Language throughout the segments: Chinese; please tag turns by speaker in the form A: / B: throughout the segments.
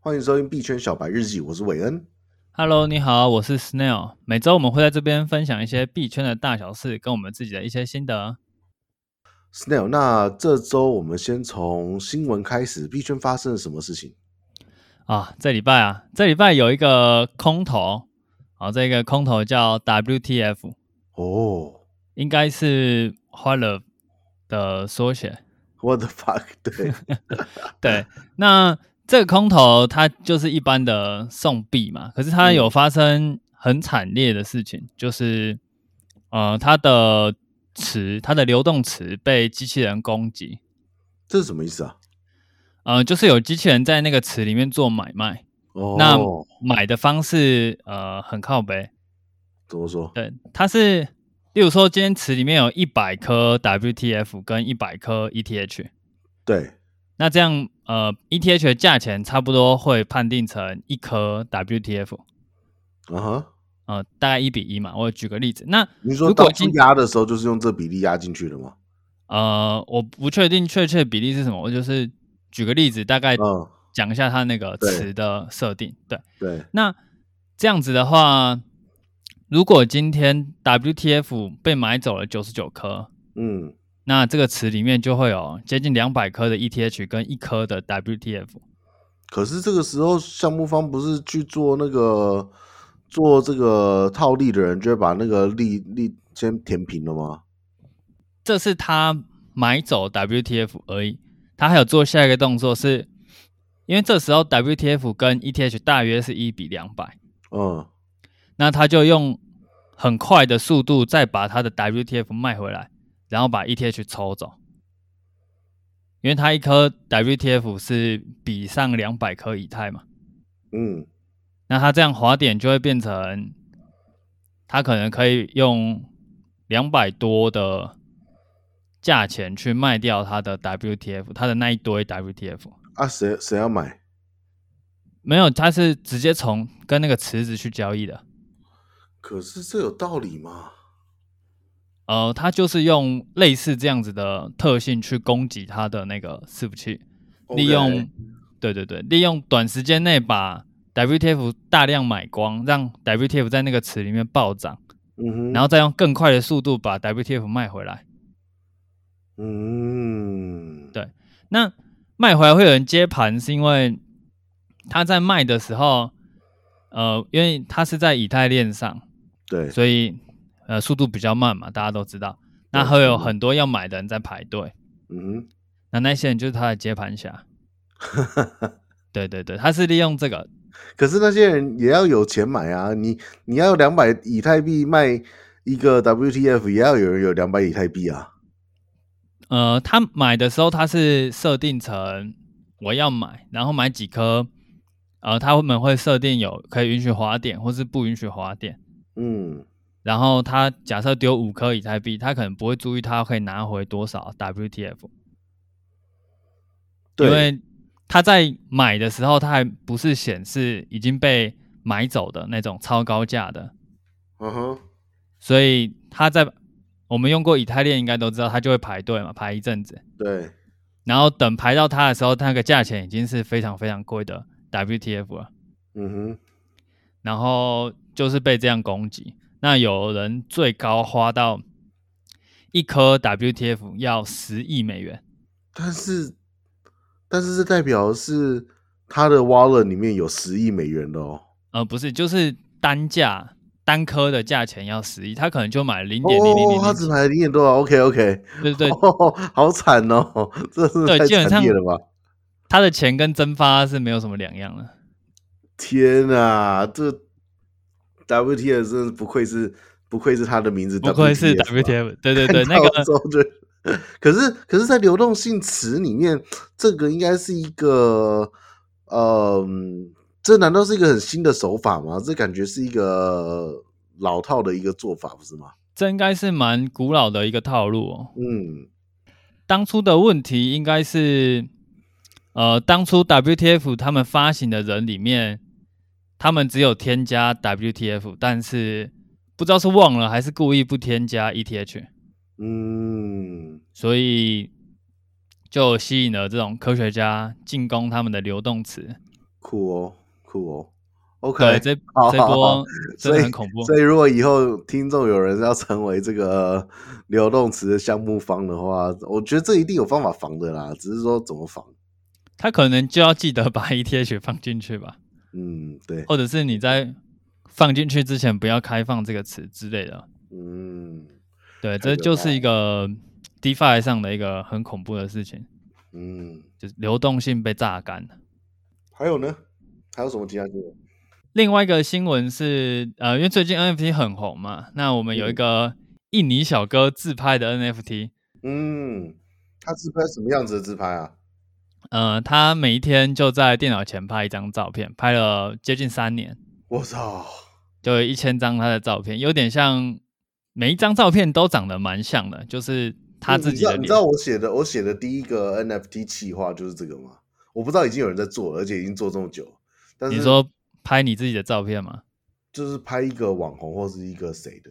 A: 欢迎收听币圈小白日记，我是韦恩。
B: Hello，你好，我是 Snail。每周我们会在这边分享一些币圈的大小事，跟我们自己的一些心得。
A: Snail，那这周我们先从新闻开始，币圈发生了什么事情？
B: 啊，这礼拜啊，这礼拜有一个空头，啊，这个空头叫 WTF，
A: 哦、
B: 应该是 h o l e 的缩写。
A: w h a t the fuck？对，
B: 对，那这个空头它就是一般的送币嘛，可是它有发生很惨烈的事情，就是呃，它的池，它的流动池被机器人攻击，
A: 这是什么意思啊？
B: 呃，就是有机器人在那个池里面做买卖，
A: 哦、
B: 那买的方式呃很靠北，
A: 怎么说？
B: 对，它是例如说今天池里面有一百颗 WTF 跟一百颗 ETH，
A: 对，
B: 那这样呃 ETH 的价钱差不多会判定成一颗 WTF，
A: 啊哈，
B: 呃大概一比一嘛，我举个例子，那
A: 你说
B: 如果
A: 当初
B: 今
A: 压的时候就是用这比例压进去的吗？
B: 呃我不确定确切比例是什么，我就是举个例子，大概
A: 嗯，
B: 讲一下它那个
A: 对
B: 池的设定，对。
A: 对，
B: 那这样子的话，如果今天 WTF 被买走了九十九颗，
A: 嗯，
B: 那这个池里面就会有接近两百颗的 ETH 跟一颗的 WTF。
A: 可是这个时候项目方不是去做那个做这个套利的人，就会把那个利利先填平了吗？
B: 这是他买走 WTF 而已，他还有做下一个动作是，因为这时候 WTF 跟 ETH 大约是一比两百，
A: 嗯，
B: 那他就用很快的速度再把他的 WTF 卖回来，然后把 ETH 抽走，因为他一颗 WTF 是比上两百颗以太嘛，
A: 嗯，
B: 那他这样滑点就会变成，他可能可以用两百多的价钱去卖掉他的 WTF，他的那一堆 WTF。
A: 啊，谁谁要买？
B: 没有，他是直接从跟那个池子去交易的。
A: 可是这有道理吗？
B: 呃，它就是用类似这样子的特性去攻击它的那个伺服器，
A: OK
B: 利用，对对对，利用短时间内把 WTF 大量买光，让 WTF 在那个池里面暴涨，
A: 嗯哼，
B: 然后再用更快的速度把 WTF 卖回来。
A: 嗯，
B: 对那卖回来会有人接盘，是因为他在卖的时候，呃，因为它是在以太链上，
A: 对，
B: 所以呃速度比较慢嘛，大家都知道。那
A: 对
B: 会有
A: 真的
B: 很多要买的人在排队。
A: 嗯
B: 那那些人就是他的接盘侠。
A: 哼，
B: 对对对，他是利用这个，
A: 可是那些人也要有钱买啊，你你要有两百以太币卖一个 WTF，也要有人有两百以太币啊。
B: 呃，他买的时候他是设定成我要买，然后买几颗，呃，他们会设定有可以允许滑点或是不允许滑点，
A: 嗯，
B: 然后他假设丢五颗以太币，他可能不会注意他可以拿回多少 WTF，因
A: 对，
B: 为他在买的时候他还不是显示已经被买走的那种超高价的，
A: 嗯哼，
B: 所以他在我们用过以太链应该都知道，他就会排队嘛，排一阵子，
A: 对，
B: 然后等排到他的时候，它那个价钱已经是非常非常贵的 WTF 了，
A: 嗯哼，
B: 然后就是被这样攻击。那有人最高花到一颗 WTF 要十亿美元，
A: 但是但是这代表是他的 wallet 里面有十亿美元的哦。
B: 呃，不是，就是单价单颗的价钱要十亿，他可能就买零点零零
A: 哦，
B: 零
A: 他
B: 零
A: 只买了零点多少？OK OK，
B: 对对对，
A: 好惨哦， 这是
B: 对
A: 太
B: 基本
A: 惨烈
B: 上
A: 了吧？
B: 他的钱跟蒸发是没有什么两 样的。
A: 天啊，这 WTF 真的不愧是不愧是他的名字，
B: 不愧是
A: WTF 啊
B: WTF，对对对，那个
A: 到时候就可是可是，在流动性池里面，这个应该是一个，呃，这难道是一个很新的手法吗？这感觉是一个老套的一个做法，不是吗？
B: 这应该是蛮古老的一个套路哦。
A: 嗯，
B: 当初的问题应该是，呃，当初 WTF 他们发行的人里面，他们只有添加 WTF，但是不知道是忘了还是故意不添加 ETH，
A: 嗯，
B: 所以就吸引了这种科学家进攻他们的流动池，
A: 酷哦，酷哦。
B: 对，
A: OK，
B: 这
A: 好
B: 这
A: 好好
B: 波真
A: 所以
B: 的很恐怖。
A: 所以如果以后听众有人要成为这个流动池的项目方的话，我觉得这一定有方法防的啦，只是说怎么防。
B: 他可能就要记得把 ETH 放进去吧，
A: 嗯，对，
B: 或者是你在放进去之前不要开放这个词之类的。
A: 嗯
B: 对，
A: 太
B: 这
A: 可
B: 就是
A: 怕
B: 一个 DeFi 上的一个很恐怖的事情，
A: 嗯，
B: 就是流动性被榨干。
A: 还有呢？还有什么其他新闻？
B: 另外一个新闻是，呃，因为最近 NFT 很红嘛，那我们有一
A: 嗯
B: 个印尼小哥自拍的 NFT，
A: 嗯，他自拍什么样子的自拍啊？
B: 呃，他每一天就在电脑前拍一张照片，拍了接近三年，
A: 我操！
B: 就有一千张他的照片，有点像每一张照片都长得蛮像的，就是他
A: 嗯
B: 自
A: 你
B: 己
A: 知道
B: 的
A: 你
B: 脸
A: 知。道我写的我写的第一个 NFT 企划就是这个吗？我不知道已经有人在做了，而且已经做这么久了。但
B: 你
A: 是
B: 说拍你自己的照片吗？
A: 就是拍一个网红或是一个谁的，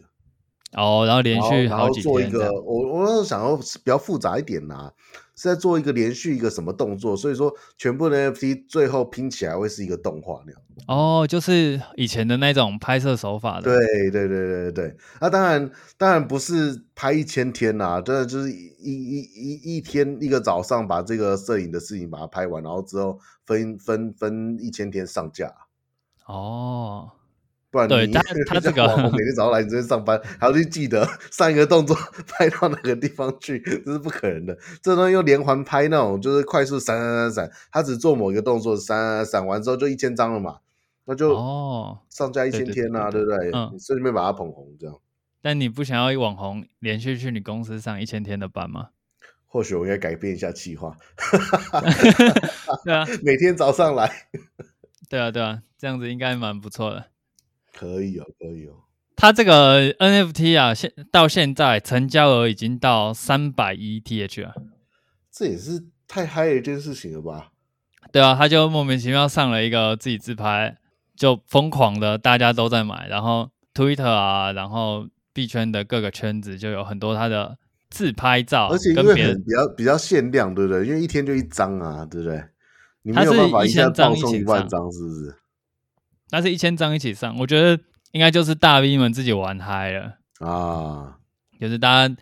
B: 哦，然后连
A: 然后
B: 续
A: 然
B: 好
A: 后
B: 几
A: 做一
B: 天这
A: 个
B: 样，，
A: 我我那时候想要比较复杂一点啦、是在做一个连续一个什么动作，所以说全部的 NFT 最后拼起来会是一个动画那样。
B: 哦，就是以前的那种拍摄手法的。
A: 对对对对对对，那、当然当然不是拍一千天啦、真的就是一一一一一天一个早上把这个摄影的事情把它拍完，然后之后分分分一千天上架。
B: 哦，
A: 不然
B: 对
A: 你
B: 但他这
A: 像
B: 个
A: 网红每天早上来你这边上班，还要去记得 上一个动作拍到哪个地方去，这是不可能的。这东西又连环拍那种，就是快速闪闪闪闪，他只做某一个动作闪闪闪闪完之后就一千张了嘛，那就
B: 哦，
A: 上架一千
B: 对对
A: 天啊，
B: 对
A: 对不对？
B: 嗯
A: 你顺便把它捧红，这样
B: 但你不想要网红连续去你公司上一千天的 班吗？
A: 或许我应该改变一下计划，
B: 对啊，
A: 每天早上来，
B: 对啊，对啊，这样子应该蛮不错的。
A: 可以哦，可以哦，
B: 他这个 NFT 啊，现到现在成交额已经到三百 ETH 了。
A: 这也是太嗨的一件事情了吧？
B: 对啊，他就莫名其妙上了一个自己自拍，就疯狂的大家都在买，然后 Twitter 啊，然后币圈的各个圈子就有很多他的自拍照，
A: 而且因
B: 跟
A: 为
B: 别
A: 很
B: 人
A: 比较比较限量，对不对？因为一天就一张啊，对不对？你没
B: 它
A: 有
B: 是
A: 办法
B: 一
A: 下
B: 千张
A: 爆
B: 一
A: 送
B: 起
A: 一万
B: 上
A: 张，是不是？
B: 那是一千张一起上，我觉得应该就是大 V 们自己玩嗨了，
A: 啊
B: 就是大家，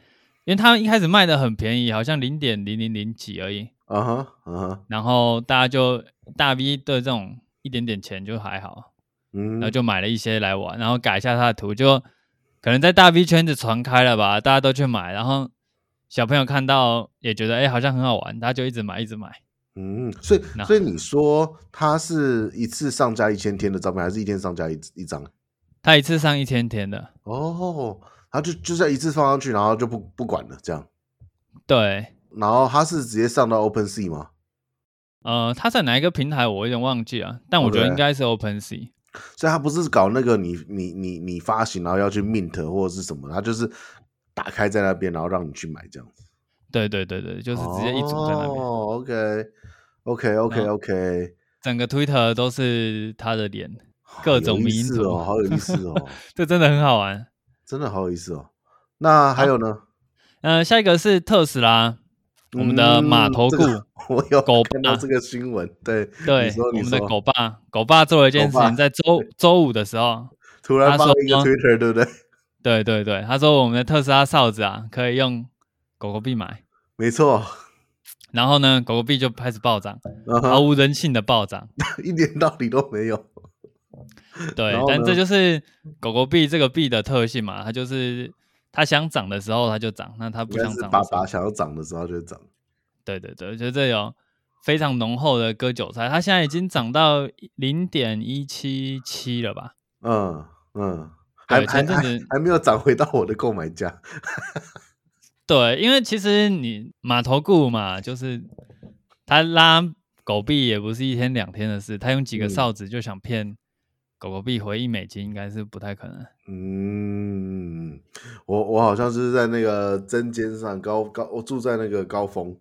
B: 因为他们一开始卖的很便宜，好像零点零零零几而已，
A: 啊哈啊哈，
B: 然后大家就大 V 对这种一点点钱就还好，
A: 嗯，
B: 然后就买了一些来玩，然后改一下他的图，就可能在大 V 圈子传开了吧，大家都去买，然后小朋友看到也觉得哎、诶好像很好玩，他就一直买一直买，
A: 嗯，所以
B: 那
A: 所以你说它是一次上架一千天的照片，还是一天上架一一张？
B: 他一次上一千天的，
A: 哦，它就就在一次放上去，然后就不不管了这样。
B: 对，
A: 然后它是直接上到 Open Sea 吗？
B: 呃，他在哪一个平台我有点忘记了，但我觉得
A: OK
B: 应该是 Open Sea。
A: 所以它不是搞那个你你你你发行然后要去 mint 或者是什么，它就是打开在那边，然后让你去买这样子。
B: 对对对对，就是直接一组在那边，啊
A: 哦，OK OK OK
B: 然后
A: OK，
B: 整个 Twitter 都是他的脸，各种
A: 有
B: 迷
A: 意
B: 因
A: 思
B: 图
A: 哦，好有意思 哦，
B: 这真的很好玩。
A: 真的好有意思哦。那还有呢？
B: 呃，下一个是特斯拉，我们的马头
A: 嗯这
B: 股，
A: 个我有
B: 狗
A: 看到
B: 爸
A: 这个新闻，对你
B: 对，
A: 说
B: 我
A: 你
B: 们的
A: 说
B: 狗爸，狗爸做了一件
A: 狗
B: 事
A: 爸
B: 情，在周周五的时候，
A: 突然
B: 他
A: 发了
B: 说
A: 一个 Twitter，对不对？
B: 对对对，他说我们的特斯拉哨子啊，可以用狗狗币买，
A: 没错，
B: 然后呢，狗狗币就开始暴涨，
A: 然
B: 毫
A: 后
B: 无人性的暴涨，
A: 一点道理都没有。
B: 对
A: 然后，
B: 但
A: 呢
B: 这就是狗狗币这个币的特性嘛，它就是它想涨的时候它就涨，那它不
A: 应该
B: 想
A: 是
B: 涨的
A: 爸
B: 时候
A: 爸想要涨的时候就涨，
B: 对对对，我觉得这有非常浓厚的割韭菜，它现在已经涨到零点一七七了吧？
A: 嗯嗯，还
B: 对
A: 还
B: 前阵
A: 还
B: 子
A: 还没有涨回到我的购买价。
B: 对，因为其实你码头顾嘛，就是他拉狗币也不是一天两天的事，他用几个
A: 嗯
B: 哨子就想骗狗狗币回一美金，应该是不太可能。
A: 嗯，我我好像是在那个针尖上高高，我住在那个高 峰，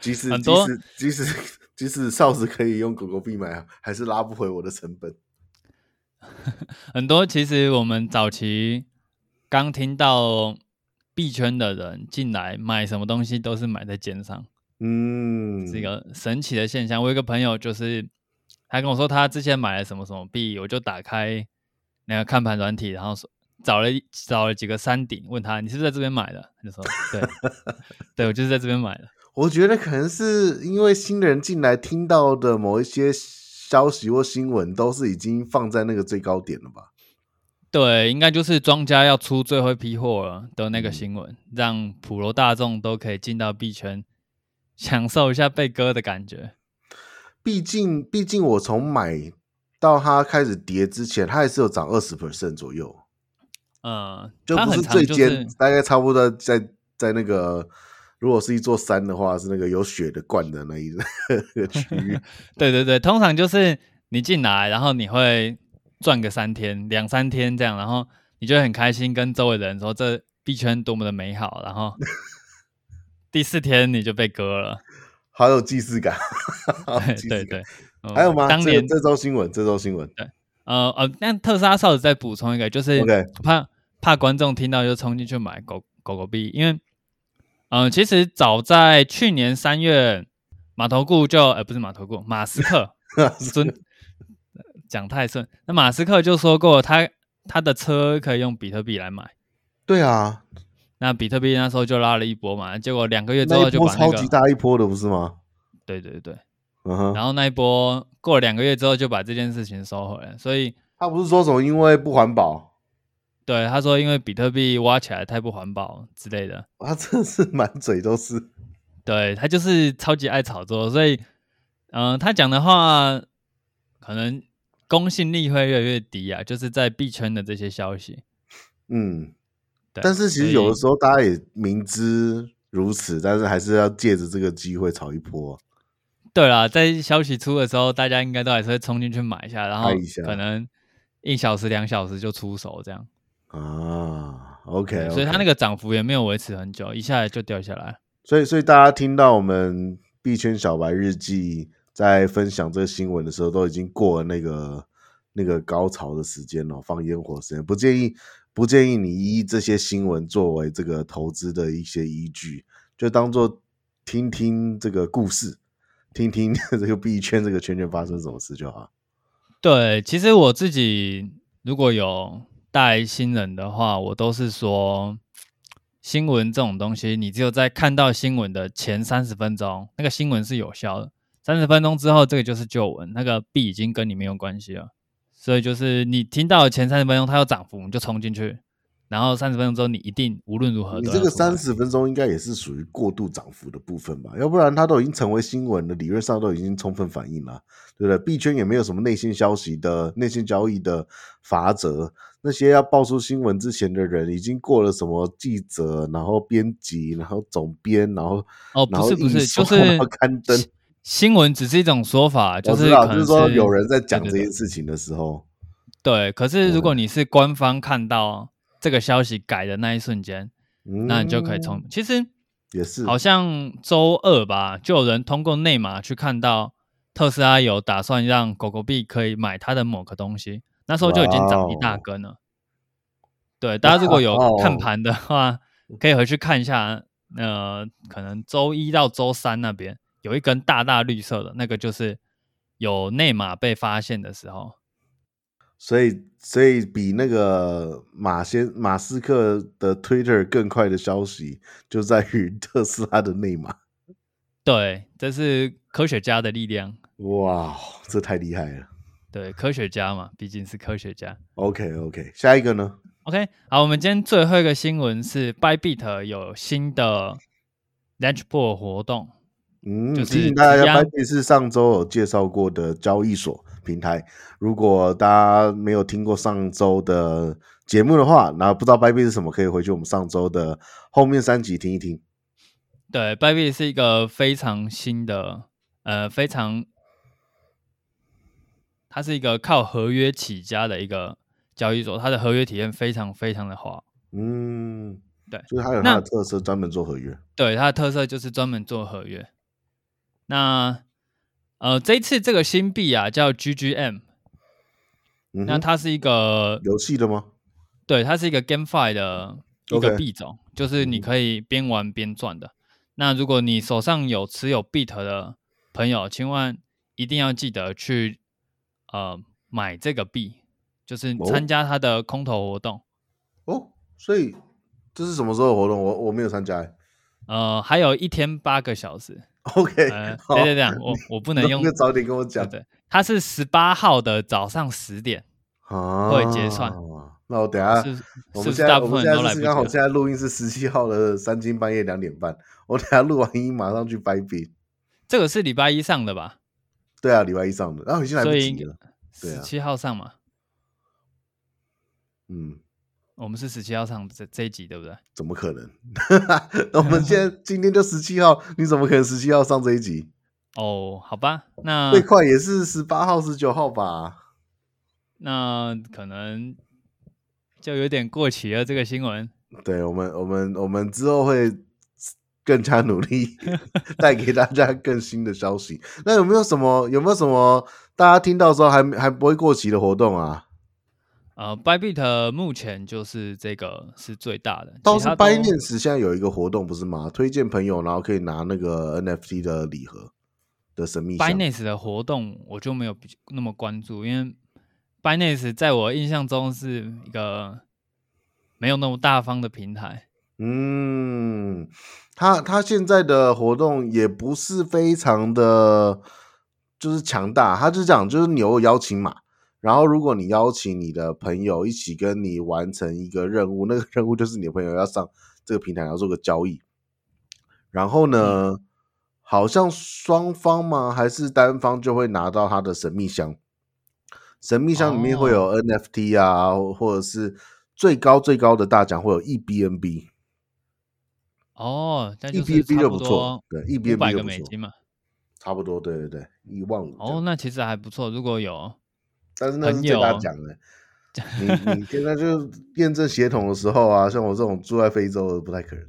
A: 即使
B: 很
A: 即
B: 多
A: 使即使即使哨子可以用狗狗币买，啊还是拉不回我的成本。
B: 很多其实我们早期刚听到币圈的人进来买什么东西都是买在肩上，
A: 嗯，
B: 是一个神奇的现象。我有一个朋友就是他跟我说他之前买了什么什么币，我就打开那个看盘软体，然后说找了一找了几个山顶，问他你是不是在这边买的？他就说对， 对我就是在这边买的。
A: 我觉得可能是因为新人进来听到的某一些消息或新闻，都是已经放在那个最高点了吧？
B: 对，应该就是庄家要出最后一批货了的
A: 嗯
B: 那个新闻，让普罗大众都可以进到币圈，享受一下被割的感觉。
A: 毕竟，毕竟我从买到它开始跌之前，它也是有涨二十 percent 左右，
B: 嗯，
A: 就
B: 它
A: 不
B: 很
A: 是
B: 常
A: 最
B: 就
A: 尖，
B: 是
A: 大概差不多在在那个，如果是一座山的话，是那个有雪的灌的那一那个区 域。
B: 对对对，通常就是你进来，然后你会赚个三天、两三天这样，然后你就会很开心，跟周围的人说这币圈多么的美好，然后第四天你就被割了。
A: 好有既视感，好有
B: 对
A: 既
B: 对
A: 视感
B: 对，嗯
A: 还有吗？
B: 当
A: 这
B: 年
A: 这周新闻，这周新闻
B: 呃呃，但特斯拉少子再补充一个，就是
A: ，OK，
B: 怕怕观众听到就冲进去买狗狗狗币，因为嗯、呃其实早在去年三月，马头顾就呃不是马头顾，马斯 克尊讲太顺，那马斯克就说过他他的车可以用比特币来买，
A: 对啊，
B: 那比特币那时候就拉了一波嘛，结果两个月之
A: 那
B: 后
A: 一
B: 就
A: 波
B: 把那
A: 超
B: 个
A: 级大一波的，不是吗？
B: 对对对，
A: 嗯哼，
B: 然后那一波过了两个月之后就把这件事情收回来，所以。
A: 他不是说什么因为不环保，
B: 对，他说因为比特币挖起来太不环保之类的，
A: 他真的是满嘴都是。
B: 对他就是超级爱炒作，所以，嗯、他讲的话可能公信力会越来越低啊，就是在币圈的这些消息。
A: 嗯，
B: 对，啊
A: 但是其实有的
B: 所
A: 时候大家也明知如此，但是还是要借着这个机会炒一波。
B: 以对啦，在消息出的时候，大家应该都还是会冲进去买一下，然后
A: 嗨一下
B: 可能一小时、两小时就出手这样。
A: 啊，OK，
B: 所以它那
A: 个，
B: 个涨幅也没有维持很久，一下就掉下来了。
A: 所以所以大家听到我们币圈小白日记在分享这个新闻的时候，都已经过了那个那个高潮的时间了，放烟火时间，不建议不建议你依这些新闻作为这个投资的一些依据，就当做听听这个故事，听听 这个币圈这个圈圈发生什么事就好。
B: 对，其实我自己如果有带新人的话，我都是说，新闻这种东西，你只有在看到新闻的前三十分钟，那个新闻是有效的。三十分钟之后，这个就是旧闻，那个币已经跟你没有关系了。所以就是你听到的前三十分钟它有涨幅，你就冲进去，然后三十分钟之后你一定无论如何
A: 你
B: 都
A: 这
B: 要
A: 个
B: 出来
A: 三十分钟应该也是属于过度涨幅的部分吧？要不然它都已经成为新闻了，理论上都已经充分反映了，对不对？币圈也没有什么内线消息的内线交易的法则，那些要爆出新闻之前的人已经过了什么记者，然后编辑，然后总编，然后
B: 哦，
A: 然
B: 不
A: 后
B: 是不
A: 印
B: 是，
A: 刷
B: 就
A: 然
B: 是
A: 后刊登。
B: 新新闻只是一种说法，就
A: 我
B: 是
A: 知道，就
B: 可
A: 是
B: 能
A: 说有人在讲
B: 对
A: 这
B: 对
A: 件
B: 对
A: 事情的时候，
B: 对，可是
A: 对
B: 如果你是官方看到这个消息改的那一瞬间，
A: 嗯，
B: 那你就可以冲。其实
A: 也是
B: 好像周二吧，就有人通过内码去看到特斯拉有打算让狗狗币可以买它的某个东西，那时候就已经涨一大
A: 哦
B: 根了。对，大家如果有看盘的话，
A: 嗯
B: 可以回去看一下。呃，可能周一到周三那边有一根大大绿色的那个，就是有内码被发现的时候。
A: 所以，所以比那个马先马斯克的 Twitter 更快的消息，就在于 特斯拉的内码。
B: 对，这是科学家的力量。
A: 哇，这太厉害了
B: 对，科学家嘛，毕竟是科学家。
A: ！OK OK，下一个呢？
B: OK，好，我们今天最后一个新闻是 Bybit 有新的 Launch Pool 活动。
A: 嗯，
B: 就是
A: 提醒大
B: 即
A: 家，
B: 将
A: 班比是上周有介绍过的交易所平台。如果大家没有听过上周的节目的话，那不知道班比是什么，可以回去我们上周的后面三集听一听。
B: 对，Bybit 是一个非常新的，呃，非常，它是一个靠合约起家的一个交易所，它的合约体验非常非常的好。
A: 嗯，
B: 对
A: 就是它有它
B: 那
A: 的特色，专门做合约。
B: 对，它的特色就是专门做合约。那呃，这一次这个新币啊叫 GGM，
A: 嗯
B: 那
A: 哼，
B: 它是一个
A: 游戏的吗？
B: 对，它是一个 GameFi 的一
A: OK
B: 个币种就是你
A: 嗯
B: 可以边玩边赚的。那如果你手上有持有 Bit 的朋友，千万一定要记得去呃买这个币，就是
A: 哦
B: 参加它的空投活动。
A: 哦，所以这是什么时候的活动？我我没有参加、欸。
B: 呃，还有一天八个小时。
A: OK，、
B: 呃，
A: 好，
B: 对对对，我我不能
A: 能
B: 用
A: 不能早点跟我
B: 对
A: 讲？
B: 对，它是十八号的早上十点，
A: 啊，
B: 会结算。
A: 那我等下，
B: 是
A: 啊我们
B: 是不
A: 现
B: 是
A: 在
B: 大
A: 我
B: 部
A: 们
B: 分
A: 现
B: 人都
A: 在
B: 来
A: 是
B: 不
A: 刚好，
B: 及
A: 现
B: 了？
A: 在录音是十七号的三更半夜两点半，我等下录完音马上去掰饼。
B: 这个是礼拜一上的吧？
A: 对啊，礼拜一上的，然、后已经来不
B: 所以
A: 及
B: 应
A: 了。对
B: 十
A: 啊
B: 七号上嘛，
A: 嗯，
B: 我们是十七号上这这一集对不对？
A: 怎么可能？ 那我们现在今天就十七号，你怎么可能十七号上这一集？
B: 哦，好吧，那
A: 最快也是十八号、十九号吧？
B: 那可能就有点过期了这个新闻。
A: 对我们，我们，我们之后会更加努力， 带给大家更新的消息。那有没有什么？有没有什么大家听到之后还还不会过期的活动啊？
B: 呃，Bybit 目前就是这个是最大的，
A: 倒
B: 其
A: 是
B: 他
A: Binance 现在有一个活动不是吗？推荐朋友，然后可以拿那个 NFT 的礼盒的神秘箱。
B: Binance 的活动我就没有比那么关注，因为 Binance 在我印象中是一个没有那么大方的平台。
A: 嗯，他他现在的活动也不是非常的，就是强大。他就讲就是你有邀请码，然后如果你邀请你的朋友一起跟你完成一个任务，那个任务就是你的朋友要上这个平台，然后做个交易。然后呢，好像双方吗？还是单方就会拿到他的神秘箱？神秘箱里面会有 NFT 啊，或者是最高最高的大奖会有 EBNB。
B: 哦，那
A: 一
B: 就
A: E B
B: 是
A: B
B: 差
A: 就
B: 不
A: 不错
B: 多，
A: 对，一 B B
B: 五百
A: 就
B: 个
A: 不
B: 美
A: 错，
B: 金嘛。
A: 差不多，对对对，一万五。
B: 哦，，那其实还不错。如果有
A: 但是那是
B: 很
A: 最大
B: 有
A: 奖的。你你现在就验证血统的时候啊，像我这种住在非洲的不太可能。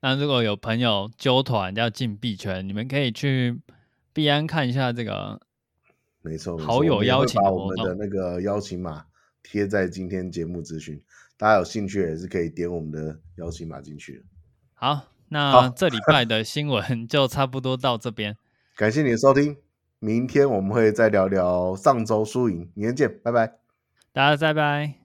B: 那如果有朋友揪团要进币圈，你们可以去币安看一下这个。
A: 没错，没错
B: 好
A: 我
B: 友
A: 们也
B: 邀
A: 会
B: 请
A: 把
B: 的
A: 我
B: 活
A: 们的
B: 动
A: 那个邀请码贴在今天节目资讯，大家有兴趣也是可以点我们的邀请码进去的。
B: 好，
A: 好
B: 那这礼拜的新闻 就差不多到这边。
A: 感谢你的收听，明天我们会再聊聊上周输赢，明天见，拜拜。
B: 大家拜拜。